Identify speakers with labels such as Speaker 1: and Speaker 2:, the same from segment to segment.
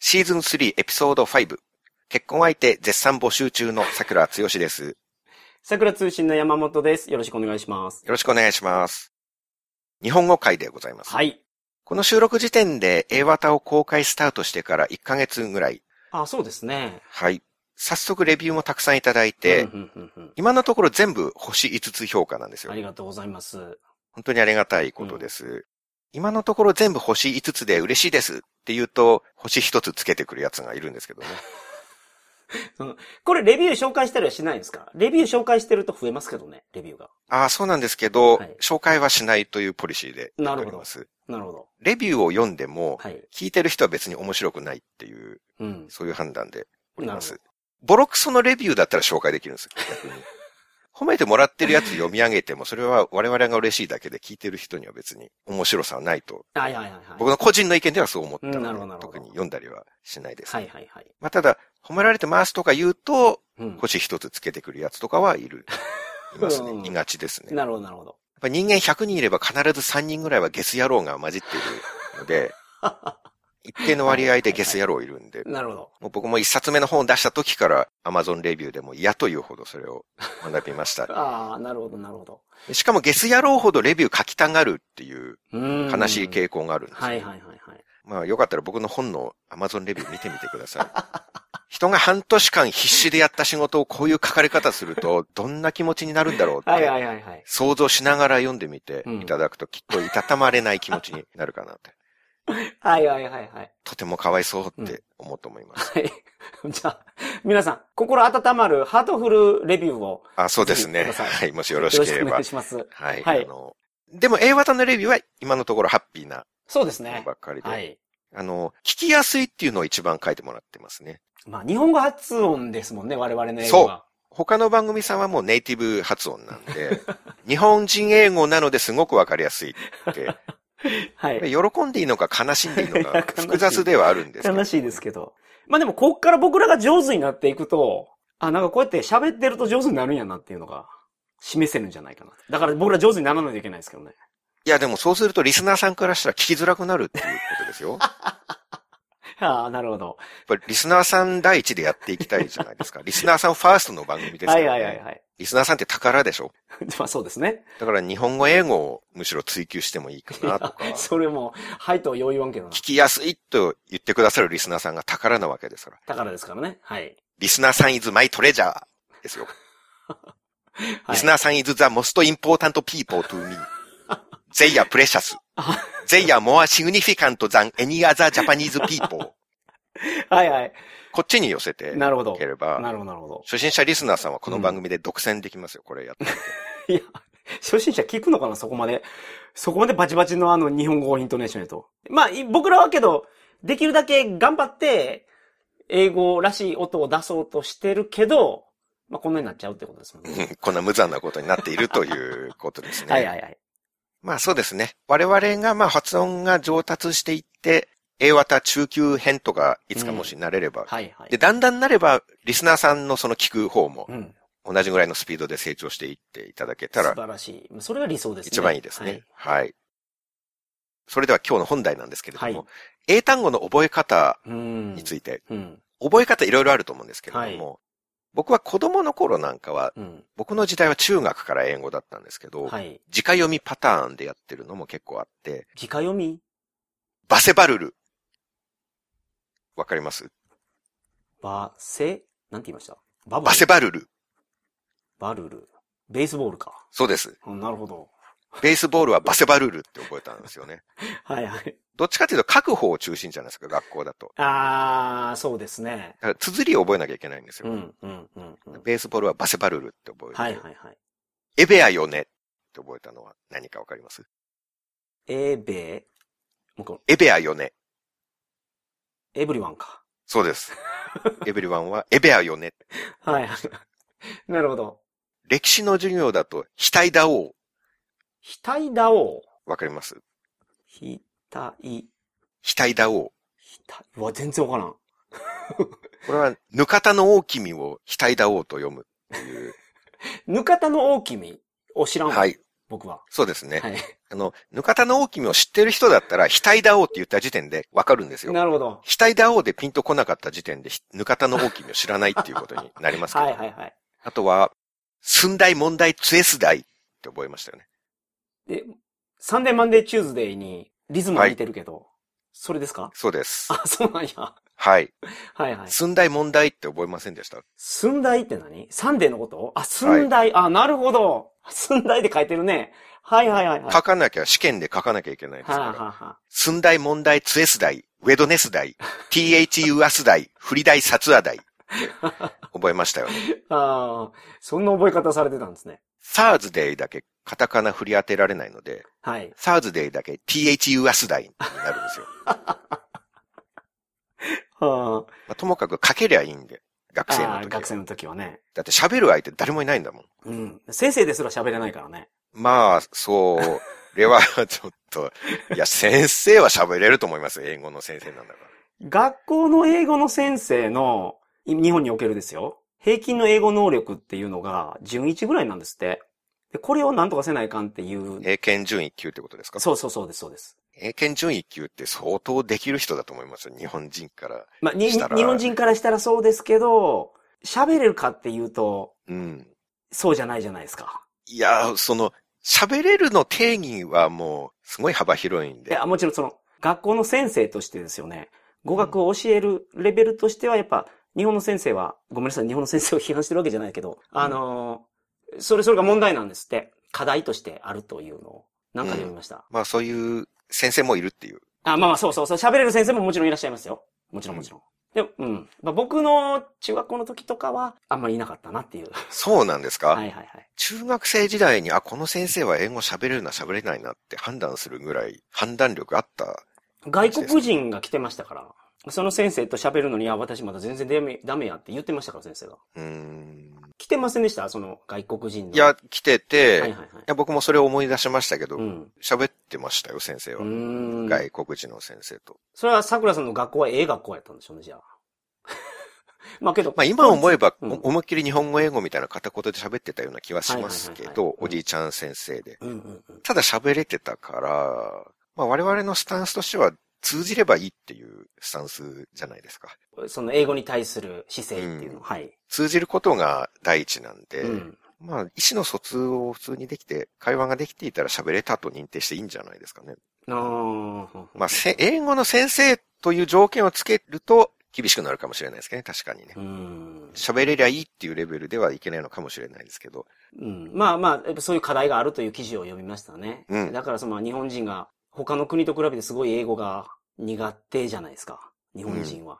Speaker 1: シーズン3エピソード5。結婚相手絶賛募集中の桜つよしです。よ
Speaker 2: 桜通信の山本です。よろしくお願いします。
Speaker 1: ろしくお願いします。日本語会でございます。
Speaker 2: はい。
Speaker 1: この収録時点で A 型を公開スタートしてから1ヶ月ぐらい。
Speaker 2: あ、そうですね。
Speaker 1: はい。早速レビューもたくさんいただいて、
Speaker 2: うんうんうん
Speaker 1: 今のところ全部星5つ評価なんです
Speaker 2: うん
Speaker 1: よ
Speaker 2: あ。りがとうございます。
Speaker 1: 本当にありがたいことです。今のところ全部星5つで嬉しいですって言うと、星1つつけてくるやつがいるんです けどね。
Speaker 2: これ、レビュー紹介したりはしないんですかレビュー紹介してると増えますけどね、レビューが。
Speaker 1: ああ、そうなんですけど、
Speaker 2: はい
Speaker 1: 紹介はしないというポリシーでやっております。
Speaker 2: なるほど。
Speaker 1: レビューを読んでも、
Speaker 2: はい。
Speaker 1: 聞いてる人は別に面白くないっていう、
Speaker 2: うん。
Speaker 1: そういう判断でおりま
Speaker 2: な
Speaker 1: す
Speaker 2: る。
Speaker 1: ボロクソのレビューだったら紹介できるんですよ、逆に。 褒めてもらってるやつ読み上げても、それは我々が嬉しいだけで聞いてる人には別に面白さはないと。
Speaker 2: はいはいはいはい。
Speaker 1: 僕の個人の意見ではそう思った
Speaker 2: うんなるほどな
Speaker 1: の
Speaker 2: る
Speaker 1: で、
Speaker 2: ほ
Speaker 1: 特
Speaker 2: ど
Speaker 1: に読んだりはしないです。
Speaker 2: はいはいはい。
Speaker 1: まあ、ただ、褒められてますとか言うと、
Speaker 2: うん。
Speaker 1: 星一つつけてくるやつとかはい る。います
Speaker 2: うん
Speaker 1: ね。いがちですね。
Speaker 2: なるほどなるほど。
Speaker 1: やっぱ人間100人いれば必ず3人ぐらいはゲス野郎が混じっているの で、一定の割合でゲス野郎いるんで、
Speaker 2: なるほど。
Speaker 1: もう僕も一冊目の本を出した時から Amazon レビューでも嫌というほどそれを学びまし た。
Speaker 2: ああ、なるほどなるほど。
Speaker 1: しかもゲス野郎ほどレビュー書きたがるっていう
Speaker 2: うん
Speaker 1: 悲しい傾向があるんですよ。
Speaker 2: はいはいはいはい。
Speaker 1: まあよかったら僕の本の Amazon レビュー見てみてくださ い。人が半年間必死でやった仕事をこういう書かれ方すると、どんな気持ちになるんだろうっ
Speaker 2: はい
Speaker 1: て
Speaker 2: はいはいはい。
Speaker 1: 想像しながら読んでみて
Speaker 2: うん
Speaker 1: いただくときっといたたまれない気持ちになるかな って。
Speaker 2: はいはいはいはい。
Speaker 1: とてもかわいそうって思うと思います。
Speaker 2: はい。 じゃあ、皆さん、心温まるハートフルレビューを
Speaker 1: あ、そうですね。
Speaker 2: ぜひください
Speaker 1: はい、もしよ
Speaker 2: よ
Speaker 1: ろ
Speaker 2: ろ
Speaker 1: し
Speaker 2: し
Speaker 1: け
Speaker 2: く
Speaker 1: れ
Speaker 2: お願
Speaker 1: ば
Speaker 2: い。します。
Speaker 1: はい、
Speaker 2: はい
Speaker 1: あの、でも A 型のレビューは今のところハッピーな
Speaker 2: そうです
Speaker 1: もの
Speaker 2: ね
Speaker 1: ば。っかりで、
Speaker 2: はい。
Speaker 1: あの、聞きやすいっていうのを一番書いてもらってますね。
Speaker 2: まあ、日本語発音ですもんね、我々の英語は。
Speaker 1: 他の番組さんはもうネイティブ発音なん で、日本人英語なのですごくわかりやすい って、
Speaker 2: は
Speaker 1: これ
Speaker 2: い。
Speaker 1: 喜んでいいのか悲しんでいいの
Speaker 2: いや
Speaker 1: か
Speaker 2: 悲しい
Speaker 1: 複雑ではあるんですけど。
Speaker 2: 悲しいですけど。まあでも、こっから僕らが上手になっていくと、あ、なんかこうやって喋ってると上手になるんやなっていうのが、示せるんじゃないかな。だから僕ら上手にならないといけないですけどね。
Speaker 1: いやでもそうするとリスナーさんからしたら聞きづらくなるっていうことです よ。やっ
Speaker 2: ああ、なるほど。
Speaker 1: ぱりリスナーさん第一でやっていきたいじゃないですか。リスナーさんファーストの番組ですか
Speaker 2: は
Speaker 1: ら、
Speaker 2: い
Speaker 1: ね。
Speaker 2: はいはい はい。
Speaker 1: リスナーさんって宝でしょ
Speaker 2: まあそうですね。
Speaker 1: だから日本語英語をむしろ追求してもいいかなとか。
Speaker 2: いや それも、はいとはよう言わんけどな
Speaker 1: 聞。きやすいと言ってくださるリスナーさんが宝なわけですから。
Speaker 2: 宝ですからね。はい。
Speaker 1: リスナーさん is my treasure ですよ。
Speaker 2: は
Speaker 1: リ
Speaker 2: い
Speaker 1: スナーさん is the most important people to me. They are precious.
Speaker 2: あ
Speaker 1: They are more significant than any other Japanese people.
Speaker 2: はいはい。
Speaker 1: こっちに寄せて
Speaker 2: なるほど
Speaker 1: いけれ
Speaker 2: な
Speaker 1: ば、
Speaker 2: るほど、なるほど。
Speaker 1: 初心者リスナーさんはこの番組で独占できますよ、これやって。
Speaker 2: いや、初心者聞くのかなそこまで。そこまでバチバチのあの日本語イントネーションやと。まあ、い僕らはけど、できるだけ頑張って、英語らしい音を出そうとしてるけど、まあ、こんなになっちゃうってことですもんね。
Speaker 1: こんな無残なことになっているということですね。
Speaker 2: はいはいはい。
Speaker 1: まあそうですね。我々がまあ発音が上達していって、A 型中級編とかいつかもしなれれば、
Speaker 2: はいはい。
Speaker 1: で、だんだんなれば、リスナーさんのその聞く方も
Speaker 2: う、ん。
Speaker 1: 同じぐらいのスピードで成長していっていただけた
Speaker 2: 素
Speaker 1: ら、
Speaker 2: 晴らしい。それが理想ですね。
Speaker 1: 一番いいですね。はい。それでは今日の本題なんですけれども、
Speaker 2: はい
Speaker 1: 英単語の覚え方
Speaker 2: はい。うん。
Speaker 1: につ
Speaker 2: い
Speaker 1: いて、
Speaker 2: て。うん。
Speaker 1: 覚え方いろいろあると思うんですけれども、
Speaker 2: はい
Speaker 1: 僕は子供の頃なんかは、
Speaker 2: うん。
Speaker 1: 僕の時代は中学から英語だったんですけど、
Speaker 2: はい。
Speaker 1: 自家読みパターンでやってるのも結構あって、
Speaker 2: 自家読み
Speaker 1: バセバルル。わかります
Speaker 2: バセ、なんて言いましたバブル
Speaker 1: バセバルル。
Speaker 2: バルル。ベースボールか。
Speaker 1: そうです。
Speaker 2: うんなるほど。
Speaker 1: ベースボールはバセバルルって覚えたんですよ ね。
Speaker 2: はいはい。
Speaker 1: どっちかというと書く方を中心じゃないですか、学校だと。
Speaker 2: あー、そうですね。
Speaker 1: だから綴りを覚えなきゃいけないんです
Speaker 2: う
Speaker 1: よ。
Speaker 2: ん、うん、うん。うん
Speaker 1: ベースボールはバセバルルって覚えて、
Speaker 2: はいはいはい。
Speaker 1: エベアよねって覚えたのは何かわかります
Speaker 2: エーベー、もうこ
Speaker 1: エベアよね。
Speaker 2: のエブリワンか。
Speaker 1: そうです。エブリワンはエベアよね。
Speaker 2: はいはい。 なるほど。
Speaker 1: 歴史の授業だと、額だおう。
Speaker 2: 額だおう。
Speaker 1: わかります
Speaker 2: ひたい、
Speaker 1: 額だおう。
Speaker 2: ひた、うわ、全然わからん。
Speaker 1: これは、ぬかたの大君を額だおうと読むっていう。
Speaker 2: ぬかたの大きみを知らんわ。
Speaker 1: はい。
Speaker 2: 僕は。
Speaker 1: そうですね。
Speaker 2: はい。
Speaker 1: あの、ぬかたの大きみを知ってる人だったら、額だおうって言った時点でわかるんですよ。
Speaker 2: なるほど。
Speaker 1: 額だおうでピンとこなかった時点で、ひぬかたの大きみを知らないっていうことになりますけど。
Speaker 2: はいはいはい。
Speaker 1: あとは、寸大問題つえす大って覚えましたよね。
Speaker 2: で、サンデーマンデーチューズデーにリズムが似てるけど、それですか
Speaker 1: そうです。
Speaker 2: あ、そうなんや。
Speaker 1: はい。
Speaker 2: はいはい。
Speaker 1: 寸大問題って覚えませんでした
Speaker 2: 寸大って何サンデーのことあ、寸大、あ、なるほど。寸大で書いてるね。はいはいはいはい。
Speaker 1: 書かなきゃ、試験で書かなきゃいけないですか
Speaker 2: はいはい
Speaker 1: ら。
Speaker 2: は
Speaker 1: 寸大問題つえす大、ウェドネス大、THU アス大、振り大札話大って覚えましたよね。
Speaker 2: い。ああ、そんな覚え方されてたんですね。
Speaker 1: サーズデイだけカタカナ振り当てられないので、
Speaker 2: はい。
Speaker 1: サーズデイだけ THU アスダイになるんですよ。
Speaker 2: はあ
Speaker 1: まあともかく書けりゃいいんで、学生の
Speaker 2: あー、
Speaker 1: 時は
Speaker 2: 学生の時はね。
Speaker 1: だって喋る相手誰もいないんだもん。
Speaker 2: うん。先生ですら喋れないからね。
Speaker 1: まあ、そう、これはちょっと、いや、先生は喋れると思いますよ。英語の先生なんだか
Speaker 2: 学校の英語の先生の、い日本におけるですよ。平均の英語能力っていうのが、準1ぐらいなんですって。で、これをなんとかせないかんってい
Speaker 1: ら。。
Speaker 2: う
Speaker 1: 英検準一級ってことですか
Speaker 2: そうそうそうです、そうです。
Speaker 1: 英検準一級って相当できる人だと思いますよ。日本人から。
Speaker 2: まあ、に
Speaker 1: し
Speaker 2: 日
Speaker 1: たら
Speaker 2: 本人からしたらそうですけど、喋れるかっていうと、
Speaker 1: うん。
Speaker 2: そうじゃないじゃないですか。
Speaker 1: いや、その、喋れるの定義はもう、すごい幅広いん
Speaker 2: い
Speaker 1: で。
Speaker 2: や、もちろんその、学校の先生としてですよね。語学を教えるレベルとしては、やっぱ、日本の先生は、ごめんなさい、日本の先生を批判してるわけじゃないけど、あのーそれ、それが問題なんですって。課題としてあるというのを、なんかで読みました。
Speaker 1: まあ、そういう先生もいるっていう。
Speaker 2: あ、まあまあ、そうそうそう。喋れる先生ももちろんいらっしゃいますよ。もちろんもちろん。でも、うん。まあ、僕の中学校の時とかは、あんまりいなかったなっていう。
Speaker 1: そうなんですか、
Speaker 2: はいはいはい。
Speaker 1: 中学生時代に、あ、この先生は英語喋れるな、喋れないなって判断するぐらい、判断力あった。
Speaker 2: 外国人が来てましたから、その先生と喋るのに、あ、私まだ全然ダメダメやって言ってましたから、先生が。
Speaker 1: うーん。
Speaker 2: 来てませんでしたその外国人の。
Speaker 1: いや、、来てて、
Speaker 2: はいはい
Speaker 1: い
Speaker 2: はい。
Speaker 1: や僕もそれを思い出しましたけど
Speaker 2: う、ん。
Speaker 1: 喋、ってましたよ、先生
Speaker 2: う
Speaker 1: は。
Speaker 2: ーん。
Speaker 1: 外国人の先生と。
Speaker 2: それは桜さんの学校はええ学校やったんでしょうね、じゃあ。 まあけど。
Speaker 1: まあ今思えば、
Speaker 2: うん
Speaker 1: お思いっきり日本語英語みたいな片言で喋ってたような気はしますけ
Speaker 2: はいはいはいは
Speaker 1: ど
Speaker 2: い、うん
Speaker 1: おじいちゃん先生で。
Speaker 2: うんうんうん。
Speaker 1: ただ喋れてたから、まあ我々のスタンスとしては通じればいいっていうスタンスじゃないですか。
Speaker 2: その英語に対する姿勢っていうの。
Speaker 1: うん
Speaker 2: はい。
Speaker 1: 通じることが第一なんで、
Speaker 2: うん。
Speaker 1: まあ、意思の疎通を普通にできて、会話ができていたら喋れたと認定していいんじゃないですかね。
Speaker 2: あー
Speaker 1: まあ、せ英語の先生という条件をつけると厳しくなるかもしれないですけどね、確かにね
Speaker 2: う。ん。
Speaker 1: 喋れりゃいいっていうレベルではいけないのかもしれないですけど。
Speaker 2: うん。まあまあ、やっぱそういう課題があるという記事を読みましたね。
Speaker 1: うん
Speaker 2: だからその日本人が他の国と比べてすごい英語が苦手じゃないですか。日本人は。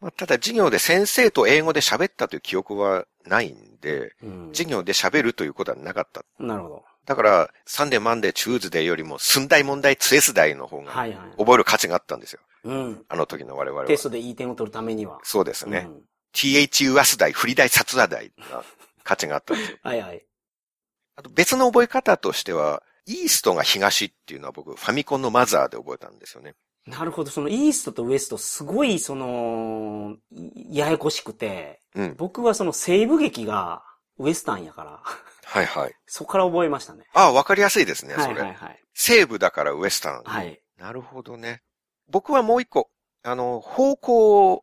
Speaker 1: まあ、ただ授業で先生と英語で喋ったという記憶はないんで、
Speaker 2: うん。
Speaker 1: 授業で喋るということはなかった。
Speaker 2: なるほど。
Speaker 1: だから、サンデー、マンデー、チューズデーよりも、寸大問題、ツエスダイの方が、
Speaker 2: はいはい。
Speaker 1: 覚える価値があったんですよ。
Speaker 2: うん。
Speaker 1: あの時の我々は。
Speaker 2: テストでいい点を取るためには。
Speaker 1: そうですね。
Speaker 2: うん
Speaker 1: THU アス代、振り代、札話代が価値があったんですよ。
Speaker 2: はいはい。
Speaker 1: あと別の覚え方としては、イーストが東っていうのは僕、ファミコンのマザーで覚えたんですよね。
Speaker 2: なるほど。そのイーストとウエスト、すごい、その、いややこしくて、
Speaker 1: うん。
Speaker 2: 僕はその西部劇がウエスタンやから、
Speaker 1: はいはい。
Speaker 2: そこから覚えましたね。
Speaker 1: ああ、わかりやすいですね、そ
Speaker 2: は
Speaker 1: れ。
Speaker 2: いはいはい。
Speaker 1: 西部だからウエスタン。
Speaker 2: はい。
Speaker 1: なるほどね。僕はもう一個、あの、方向を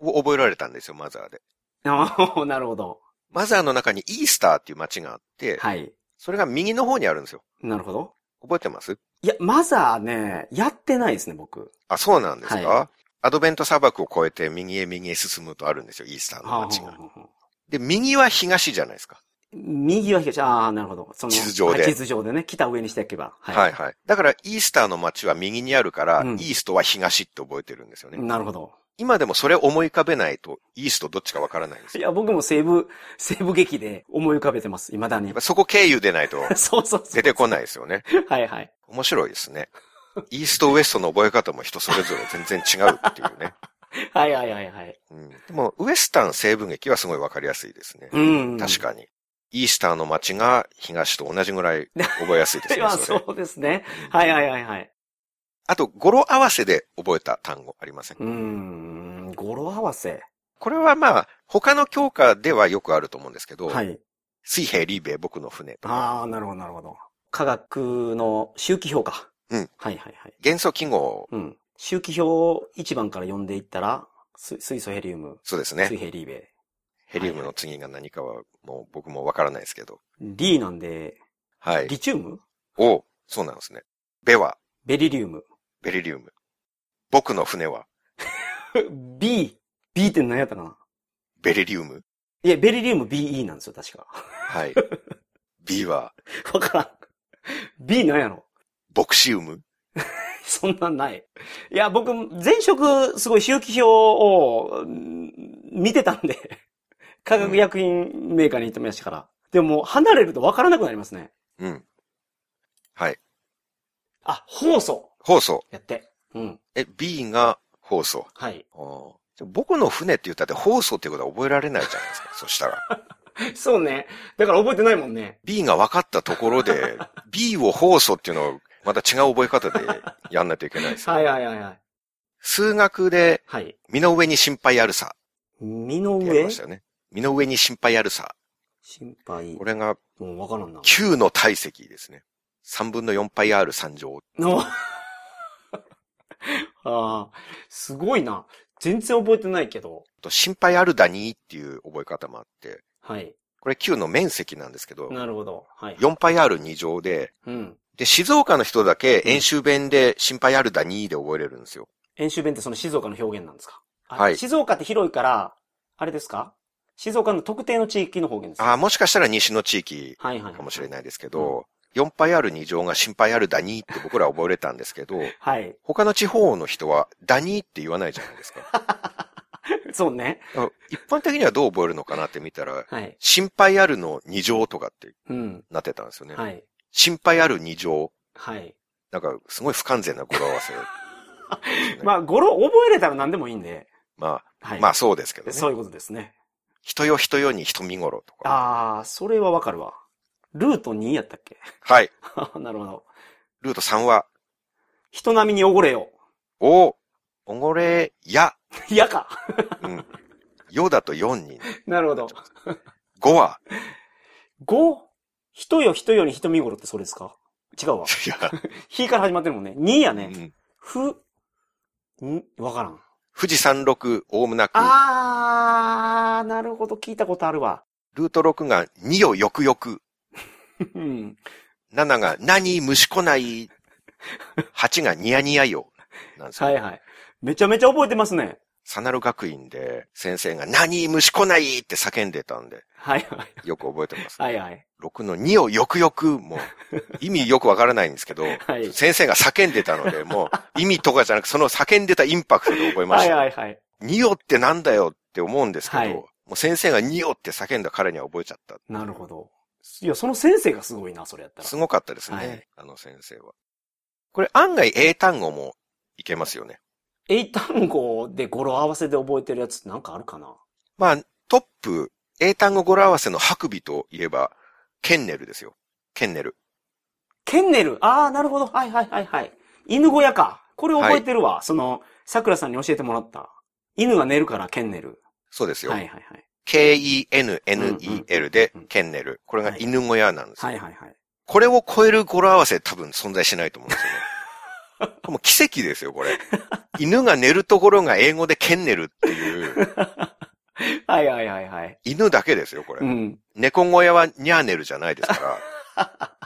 Speaker 1: 覚えられたんですよ、マザーで。
Speaker 2: あーなるほど。
Speaker 1: マザーの中にイースターっていう街があって、
Speaker 2: はい。
Speaker 1: それが右の方にあるんですよ。
Speaker 2: なるほど。
Speaker 1: 覚えてます
Speaker 2: いや、マザーね、やってないですね、僕。
Speaker 1: あ、そうなんですか、
Speaker 2: は
Speaker 1: アドベント砂漠を越えて右へ右へ進むとあるんですよ、イースターの街が。
Speaker 2: はあはあはあ
Speaker 1: で、右は東じゃないですか。
Speaker 2: 右は東、ああ、なるほど。その
Speaker 1: 地図上で
Speaker 2: はい地図上でね、北上にしていけば。
Speaker 1: は、
Speaker 2: はい
Speaker 1: はい、だから、イースターの街は右にあるから、
Speaker 2: うん
Speaker 1: イーストは東って覚えてるんですよね。
Speaker 2: なるほど。
Speaker 1: 今でもそれ思い浮かべないと、イーストどっちかわからないんです
Speaker 2: い
Speaker 1: よ。
Speaker 2: や、僕も西部、西部劇で思い浮かべてます、未だ
Speaker 1: や
Speaker 2: に
Speaker 1: っぱ。そこ経由でない と
Speaker 2: そうそうそう。
Speaker 1: 出てこないですよね。
Speaker 2: はいはい。
Speaker 1: 面白いですね。イーストウエストの覚え方も人それぞれ全然違うっていうね。
Speaker 2: はいはいはいはい。
Speaker 1: うん、でも、ウエスタン西部劇はすごいわかりやすいですね。
Speaker 2: うん。
Speaker 1: 確かに。イースターの街が東と同じぐらい覚えやすいです
Speaker 2: い
Speaker 1: ね。
Speaker 2: や、
Speaker 1: それ
Speaker 2: そうですね。はいはいはいはい。
Speaker 1: あと、語呂合わせで覚えた単語ありません
Speaker 2: うーん、語呂合わせ。
Speaker 1: これはまあ、他の教科ではよくあると思うんですけど、
Speaker 2: はい。
Speaker 1: 水平リーベ僕の船とか、
Speaker 2: ああ、なるほどなるほど。科学の周期表か。
Speaker 1: うん。
Speaker 2: はいはいはい。
Speaker 1: 元素記号、
Speaker 2: うん。周期表を1番から読んでいったら、水水素ヘリウム、
Speaker 1: そうです
Speaker 2: 水
Speaker 1: ね。
Speaker 2: 平リーベ。
Speaker 1: ヘリウムの次が何かは、もう僕もわからないですけど。
Speaker 2: リーなんで、
Speaker 1: はい。
Speaker 2: リチウム
Speaker 1: おそうなんですね。ベは、
Speaker 2: ベリリウム。
Speaker 1: ベリリウム。僕の船は、
Speaker 2: B。B って何やったかな
Speaker 1: ベリリウム。
Speaker 2: いや、ベリリウム BE なんですよ、確か。
Speaker 1: はい。B は、
Speaker 2: わからん。B なんやろ
Speaker 1: ボクシウム。
Speaker 2: そんなんない。いや、僕、前職、すごい周期表を、うん見てたんで、 化学薬品メーカーに行ってましたから。でも、離れると分からなくなりますね。
Speaker 1: うん。はい。
Speaker 2: あ、放送
Speaker 1: 放送。
Speaker 2: やって。うん。
Speaker 1: え、B が放送。
Speaker 2: はい。
Speaker 1: あーでも僕の船って言ったって放送っていうことは覚えられないじゃないです か。そしたら。
Speaker 2: そうね。だから覚えてないもんね。
Speaker 1: B が分かったところで、B を放送っていうのをまた違う覚え方でやんないといけないですよ。
Speaker 2: はいはいはいはい。
Speaker 1: 数学で、
Speaker 2: はい。
Speaker 1: 身の上に心配あるさ
Speaker 2: 身の
Speaker 1: ってやり
Speaker 2: 上
Speaker 1: ましたよね。身の上に心配あるさ。
Speaker 2: 心配。
Speaker 1: これが
Speaker 2: もう分からんな。
Speaker 1: 9の体積ですね。3分の 4πr3 乗。
Speaker 2: の、 ああ、すごいな。全然覚えてないけど。
Speaker 1: と、心配あるだにっていう覚え方もあって、
Speaker 2: はい。
Speaker 1: これ9の面積なんですけど、
Speaker 2: なるほど。はい。
Speaker 1: 4πr2 乗で、
Speaker 2: うん。
Speaker 1: で、静岡の人だけ演習弁で心配あるだにで覚えれるんですよ。
Speaker 2: 演習弁ってその静岡の表現なんですかあ
Speaker 1: はい
Speaker 2: 静岡って広いから、あれですか静岡の特定の地域の方言ですか
Speaker 1: ああ、もしかしたら西の地域
Speaker 2: はいはい。
Speaker 1: かもしれないですけ
Speaker 2: う
Speaker 1: ど、4πr2 乗が心配あるだにって僕ら覚えれたんですけど、
Speaker 2: はい。
Speaker 1: 他の地方の人はだにって言わないじゃないですか。
Speaker 2: そうね。
Speaker 1: あ一般的にはどう覚えるのかなって見たら、
Speaker 2: はい。
Speaker 1: 心配あるの2乗とかって
Speaker 2: うん。
Speaker 1: なってたんですよね。
Speaker 2: はい。
Speaker 1: 心配ある2乗。
Speaker 2: はい。
Speaker 1: なんか、すごい不完全な語呂合わ せ。
Speaker 2: まあ、語呂覚えれたら何でもいいんで。
Speaker 1: ま
Speaker 2: は
Speaker 1: あ、
Speaker 2: い。
Speaker 1: まあそうですけど
Speaker 2: そ
Speaker 1: ね。
Speaker 2: ういうことですね。
Speaker 1: 人よ人よに人見頃とか。
Speaker 2: ああ、それはわかるわ。ルート2やったっけ
Speaker 1: はい。
Speaker 2: なるほど。
Speaker 1: ルート3は、
Speaker 2: 人並みに汚れよ。
Speaker 1: お、おごれ、や、
Speaker 2: 嫌か。
Speaker 1: うん。よだと4人。
Speaker 2: なるほど。
Speaker 1: 5は、
Speaker 2: 5? 人よ人より人見頃ってそれですか違うわ。
Speaker 1: いや、
Speaker 2: 日から始まってるもんね。2や
Speaker 1: う
Speaker 2: ね。
Speaker 1: ん
Speaker 2: ふ、んわからん。
Speaker 1: 富士山6、おおむなく、
Speaker 2: あー、なるほど。聞いたことあるわ。
Speaker 1: ルート6が2よよくよく、
Speaker 2: うん。
Speaker 1: 7が何虫来ない、8がニヤニヤよ、なんですよ
Speaker 2: はいはい。めちゃめちゃ覚えてますね。
Speaker 1: サナル学院で先生が何虫来ないって叫んでたんで、
Speaker 2: はいはい。
Speaker 1: よく覚えてます。
Speaker 2: はいはい。
Speaker 1: 6の2をよくよく、もう、意味よくわからないんですけど、
Speaker 2: い
Speaker 1: 先生が叫んでたので、もう、意味とかじゃなく、その叫んでたインパクトで覚えま
Speaker 2: は
Speaker 1: し
Speaker 2: い
Speaker 1: た。
Speaker 2: はいはい。
Speaker 1: 2よってなんだよって思うんですけど、
Speaker 2: はい
Speaker 1: もう先生が2よって叫んだ彼には覚えちゃった。
Speaker 2: なるほど。いや、その先生がすごいな、それやったら
Speaker 1: す。ごかったですね、
Speaker 2: はい
Speaker 1: あの先生は。これ案外英単語もいけますよね。
Speaker 2: 英単語で語呂合わせで覚えてるやつってなんかあるかな
Speaker 1: まあ、トップ、英単語語呂合わせのハクビといえば、ケンネルですよ。ケンネル。
Speaker 2: ケンネル。あー、なるほど。はいはいはいはい。犬小屋か。これ覚えてるわ。その、桜さんに教えてもらった。犬が寝るからケンネル。
Speaker 1: そうですよ。
Speaker 2: はいはいはい。
Speaker 1: K-E-N-N-E-L で
Speaker 2: うんうん、
Speaker 1: ケンネル。これ
Speaker 2: は
Speaker 1: が
Speaker 2: い
Speaker 1: 犬小屋なんですよ。
Speaker 2: はいはいはい。
Speaker 1: これを超える語呂合わせ多分存在しないと思うんです よね。これもう奇跡ですよ、これ。犬が寝るところが英語でケンネルっていう、
Speaker 2: はいはいはいはい。
Speaker 1: 犬だけですよ、これ。
Speaker 2: うん。
Speaker 1: 猫小屋はニャーネルじゃないです から、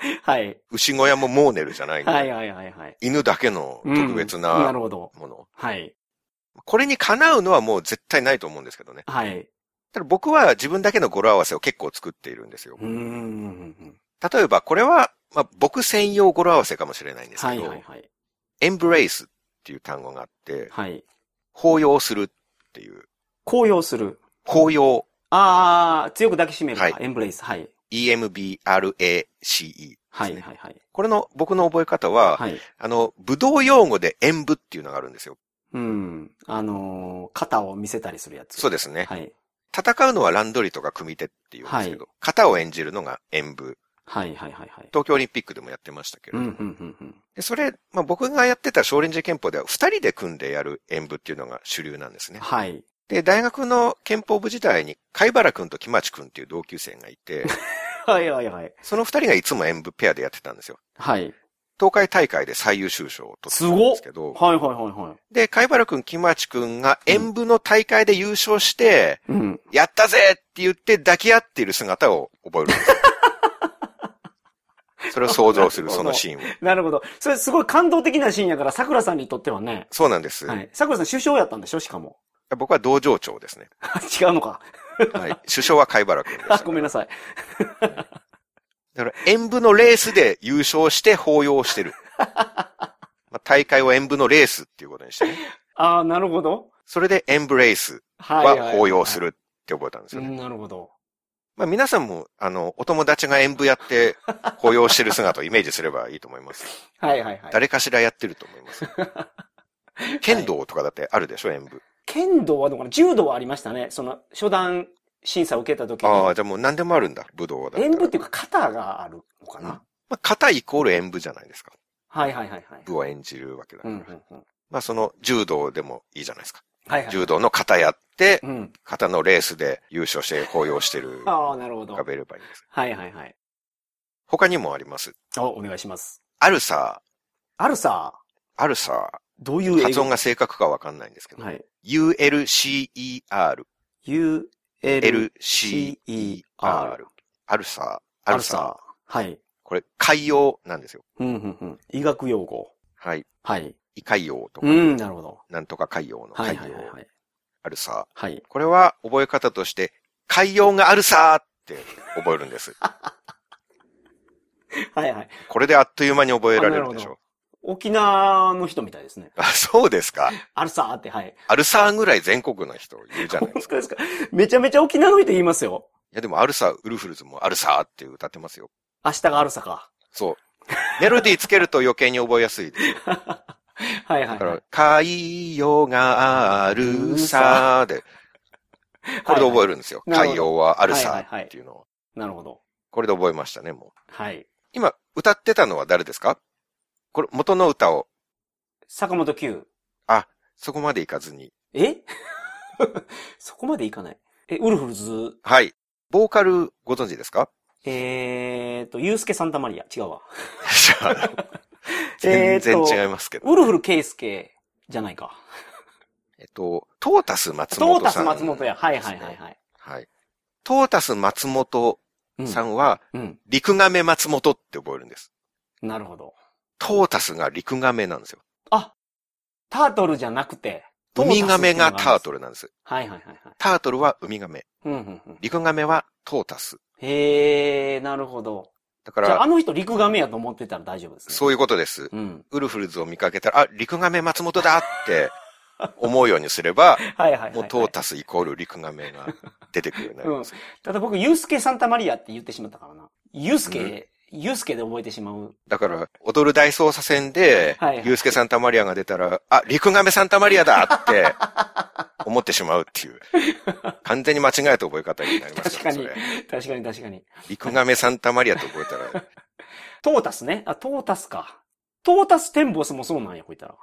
Speaker 2: はい。
Speaker 1: 牛小屋もモーネルじゃないんで、
Speaker 2: はいはいはいはい。
Speaker 1: 犬だけの
Speaker 2: うん
Speaker 1: 特別
Speaker 2: な
Speaker 1: な
Speaker 2: るほど。
Speaker 1: もの。
Speaker 2: はい。
Speaker 1: これにかなうのはもう絶対ないと思うんですけどね。
Speaker 2: はい。
Speaker 1: ただ僕は自分だけの語呂合わせを結構作っているんですよ
Speaker 2: う。ーん。
Speaker 1: 例えばこれは、まあ、僕専用語呂合わせかもしれないんです
Speaker 2: は
Speaker 1: け
Speaker 2: い
Speaker 1: ど、
Speaker 2: はいはい。
Speaker 1: エンブレイスっていう単語があって、
Speaker 2: はい。
Speaker 1: 抱擁するっていう、
Speaker 2: 高揚する。
Speaker 1: 抱擁、
Speaker 2: ああ、強く抱きしめる
Speaker 1: は
Speaker 2: か
Speaker 1: い。
Speaker 2: エンブレイス。はい。
Speaker 1: embrace ですね。
Speaker 2: はいはいはい。
Speaker 1: これの僕の覚え方は、
Speaker 2: はい。
Speaker 1: あの、武道用語で演舞っていうのがあるんですよ。
Speaker 2: うん。あのー、肩を見せたりするやつ。
Speaker 1: そう
Speaker 2: で
Speaker 1: ですね。
Speaker 2: はい。
Speaker 1: 戦うのはランドリとか組手っていうんですけど、型を演じるのが演舞。
Speaker 2: はいはいはいはい。
Speaker 1: 東京オリンピックでもやってましたけ
Speaker 2: う
Speaker 1: れ
Speaker 2: ん、
Speaker 1: ど、
Speaker 2: うん、うん、うん。
Speaker 1: でそれ、まあ、僕がやってた少林寺拳法では二人で組んでやる演舞っていうのが主流なんですね。
Speaker 2: はい。
Speaker 1: で、大学の憲法部時代に、貝原くんと木町くんっていう同級生がいて、
Speaker 2: はいはいはい。
Speaker 1: その二人がいつも演舞ペアでやってたんですよ。
Speaker 2: はい。
Speaker 1: 東海大会で最優秀賞を取ってたんですけど、
Speaker 2: はいはいはいは
Speaker 1: で、貝原くん、木町くんが演舞の大会で優勝して、
Speaker 2: い。うん。
Speaker 1: やったぜって言って抱き合っている姿を覚える んですよ。それを想像する、そのシーンを。
Speaker 2: なるほど。それすごい感動的なシーンやから、桜さんにとってはね。
Speaker 1: そうなんです。
Speaker 2: はい。桜さん首相やったんでしょしかも。
Speaker 1: 僕は同情長ですね。
Speaker 2: 違うのか。
Speaker 1: はい。首相は貝原くんでした、
Speaker 2: あ、ごめんなさい。
Speaker 1: だから演舞のレースで優勝して抱擁してる。まあ、大会を演舞のレースっていうことにしてね。
Speaker 2: ああ、なるほど。
Speaker 1: それで演舞レース
Speaker 2: はいはい、
Speaker 1: は抱擁するって覚えたんです
Speaker 2: う
Speaker 1: よね。
Speaker 2: ん。なるほど。
Speaker 1: まあ皆さんも、あの、お友達が演舞やって抱擁してる姿をイメージすればいいと思います。
Speaker 2: はいはいはい。
Speaker 1: 誰かしらやってると思います。 剣道とかだってあるでしょ、演舞。
Speaker 2: 剣道はどうかな柔道はありましたね。その、初段審査を受けた時に。
Speaker 1: ああ、じゃあもう何でもあるんだ、武道だったら
Speaker 2: 演舞っていうか肩があるのかな、
Speaker 1: うんまあ、型イコール演舞じゃないですか。
Speaker 2: はいはいはいはい。
Speaker 1: 武を演じるわけだか
Speaker 2: う
Speaker 1: ら。
Speaker 2: んうんうん。
Speaker 1: まあその柔道でもいいじゃないですか。
Speaker 2: はいはい。
Speaker 1: 柔道の型やって、
Speaker 2: うん。
Speaker 1: 型のレースで優勝して抱擁してる
Speaker 2: ああ、なるほど。
Speaker 1: が
Speaker 2: は
Speaker 1: べればいいんです。
Speaker 2: いはいはい。
Speaker 1: 他にもあります。
Speaker 2: お、お願いします。
Speaker 1: あるさ、
Speaker 2: あるさ、
Speaker 1: あるさ、
Speaker 2: どういう英語
Speaker 1: 発音が正確かわかんないんですけど、
Speaker 2: はい。
Speaker 1: ULCER、
Speaker 2: U, L,
Speaker 1: LCER。
Speaker 2: R
Speaker 1: あるさ、
Speaker 2: あ
Speaker 1: あ
Speaker 2: る
Speaker 1: るさ。
Speaker 2: さ。はい。
Speaker 1: これ、海洋なんですよ。
Speaker 2: うんうんうん。医学用語。
Speaker 1: はい。
Speaker 2: はい。
Speaker 1: 異海洋とか、
Speaker 2: うん、なるほど。
Speaker 1: なんとか海洋の
Speaker 2: は
Speaker 1: 海
Speaker 2: い
Speaker 1: 洋
Speaker 2: はいはいはい。
Speaker 1: あるさ。
Speaker 2: はい。
Speaker 1: これは覚え方として、海洋があるさーって覚えるん です。
Speaker 2: はいはい。
Speaker 1: これであっという間に覚えられるでしょう。
Speaker 2: 沖縄の人みたいですね。
Speaker 1: あ、そうですか。
Speaker 2: あるさーって、はい。
Speaker 1: アルサーぐらい全国の人いるじゃないで
Speaker 2: 本
Speaker 1: す か。
Speaker 2: 当ですかめちゃめちゃ沖縄の人言いますよ。
Speaker 1: いやでもアルサー、ウルフルズもアルサーって歌ってますよ。
Speaker 2: 明日があるさか。
Speaker 1: そう。メロディーつけると余計に覚えやすいです。
Speaker 2: はいは
Speaker 1: だ
Speaker 2: い
Speaker 1: か
Speaker 2: はい
Speaker 1: ら、。海洋があるさーで、これで覚えるんですよ。
Speaker 2: はいはい
Speaker 1: 海洋はあるさ
Speaker 2: はいはいは
Speaker 1: ー
Speaker 2: い
Speaker 1: っていうのを。
Speaker 2: なるほど。
Speaker 1: これで覚えましたね、もう。
Speaker 2: はい。
Speaker 1: 今、歌ってたのは誰ですかこれ、元の歌を、
Speaker 2: 坂本九。
Speaker 1: そこまでいかずに。
Speaker 2: え そこまでいかない。え、ウルフルズ、
Speaker 1: はい。ボーカルご存知です か
Speaker 2: えーと、ユースケ・サンタマリア。違うわ。
Speaker 1: じゃあ 全然違いますけど。
Speaker 2: ウルフル・ケイスケじゃないか。
Speaker 1: えっと、トータス松
Speaker 2: ト
Speaker 1: 本
Speaker 2: ー
Speaker 1: さん
Speaker 2: タ。ス・松本や。はいはいはいはい。
Speaker 1: はい。トータス松本
Speaker 2: うん
Speaker 1: さんは、
Speaker 2: うん。
Speaker 1: 陸亀松本って覚えるんです。
Speaker 2: なるほど。
Speaker 1: トータスが陸亀なんですよ。
Speaker 2: あ、タートルじゃなくて、トータス
Speaker 1: ウミガメがタートルなんです。
Speaker 2: はいはいはいはい。
Speaker 1: タートルはウミガメ。
Speaker 2: うんうんうん。
Speaker 1: 陸亀はトータス。
Speaker 2: へー、なるほど。
Speaker 1: だか
Speaker 2: じゃあ、あ
Speaker 1: ら、
Speaker 2: の人陸亀やと思ってたら大丈夫ですね。
Speaker 1: そういうことです。
Speaker 2: う。うん。
Speaker 1: ウルフルズを見かけたら、あ、陸亀松本だって思うようにすれば、
Speaker 2: はいはいはい、はい。
Speaker 1: もうトータスイコール陸亀が出てくるようになります。
Speaker 2: ただ僕、ユースケ・サンタマリアって言ってしまったからな。ユースケ、ユースケで覚えてしまう。
Speaker 1: だから、踊る大捜査線で
Speaker 2: はいは、い
Speaker 1: ユースケ・サンタマリアが出たら、あ、陸亀サンタマリアだって思ってしまうっていう。完全に間違えた覚え方になりますよね。
Speaker 2: 確かに
Speaker 1: それ
Speaker 2: 確かに確かに。
Speaker 1: 陸亀サンタマリアと覚えたら、
Speaker 2: トータスね。あ、トータスか。トータステンボスもそうなんや、こいたら。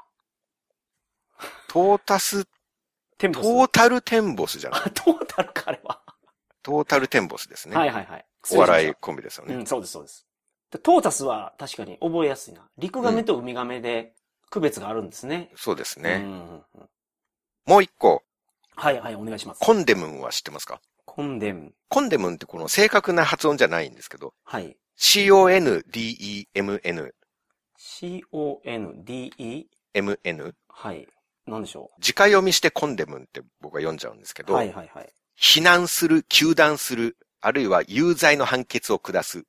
Speaker 1: トータス、
Speaker 2: テン
Speaker 1: ト
Speaker 2: ボ
Speaker 1: ー
Speaker 2: ス。
Speaker 1: タルテンボスじゃない。
Speaker 2: あ、トータルか、あれは。
Speaker 1: トータルテンボスですね。
Speaker 2: はいはいはい。
Speaker 1: お笑い
Speaker 2: 失
Speaker 1: コンビですよ
Speaker 2: 礼しました。う
Speaker 1: ね。
Speaker 2: ん、そうですそうです。でトータスは確かに覚えやすいな。陸亀とウミガメで区別があるんですね。
Speaker 1: そうです
Speaker 2: う
Speaker 1: ね。
Speaker 2: んうんうん。
Speaker 1: もう一個、
Speaker 2: はいはい、お願いします。
Speaker 1: コンデムンは知ってますか
Speaker 2: コンデム。
Speaker 1: コンデムンってこの正確な発音じゃないんですけど、
Speaker 2: はい。
Speaker 1: C-O-N-D-E-M-N、
Speaker 2: C-O-N-D-E。
Speaker 1: M-N、
Speaker 2: はい。なんでしょ
Speaker 1: 自家読みしてコンデムンって僕は読んじゃうんですけ
Speaker 2: う。
Speaker 1: ど、
Speaker 2: はいはいはい。
Speaker 1: 非難する、求断する、あるいは有罪の判決を下す。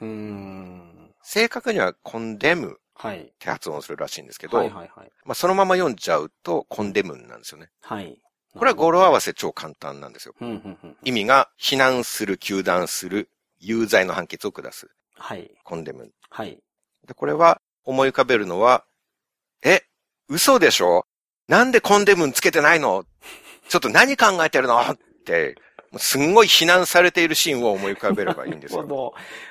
Speaker 2: うーん。
Speaker 1: 正確にはコンデムっ
Speaker 2: はい。
Speaker 1: て発音するらしいんですけど、
Speaker 2: はいはいはい。
Speaker 1: まあ、そのまま読んじゃうとコンデムンなんですよね。
Speaker 2: はい。
Speaker 1: これは語呂合わせ超簡単なんですよ。
Speaker 2: うんうんうん。
Speaker 1: 意味が、非難する、求断する、有罪の判決を下す。
Speaker 2: はい。
Speaker 1: コンデムン。
Speaker 2: はい。
Speaker 1: で、これは思い浮かべるのは、え、嘘でしょなんでコンデムンつけてないのちょっと何考えてるのって、もうすんごい非難されているシーンを思い浮かべればいいんです
Speaker 2: なるほ
Speaker 1: よ。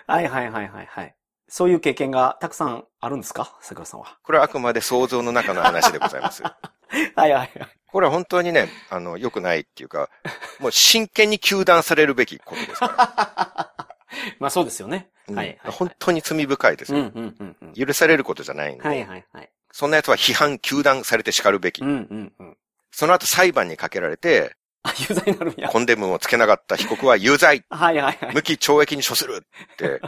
Speaker 2: ど。はいはいはいはいはい。そういう経験がたくさんあるんですか桜さんは。
Speaker 1: これはあくまで想像の中の話でございます。
Speaker 2: はいはいはい。
Speaker 1: これは本当にね、あの、良くないっていうか、もう真剣に糾弾されるべきことですから。
Speaker 2: まあそうですよね。
Speaker 1: うん
Speaker 2: はいはいはい
Speaker 1: 本当に罪深いです
Speaker 2: うん
Speaker 1: よ、
Speaker 2: うんうんうん。
Speaker 1: 許されることじゃないんで、
Speaker 2: はいはいはい。
Speaker 1: そんな奴は批判、糾弾されて叱るべき。
Speaker 2: うんうんうん。
Speaker 1: その後裁判にかけられて、
Speaker 2: あ、有罪になるんや。
Speaker 1: コンデムをつけなかった被告は有罪
Speaker 2: はいはいはい。
Speaker 1: 無期懲役に処する って、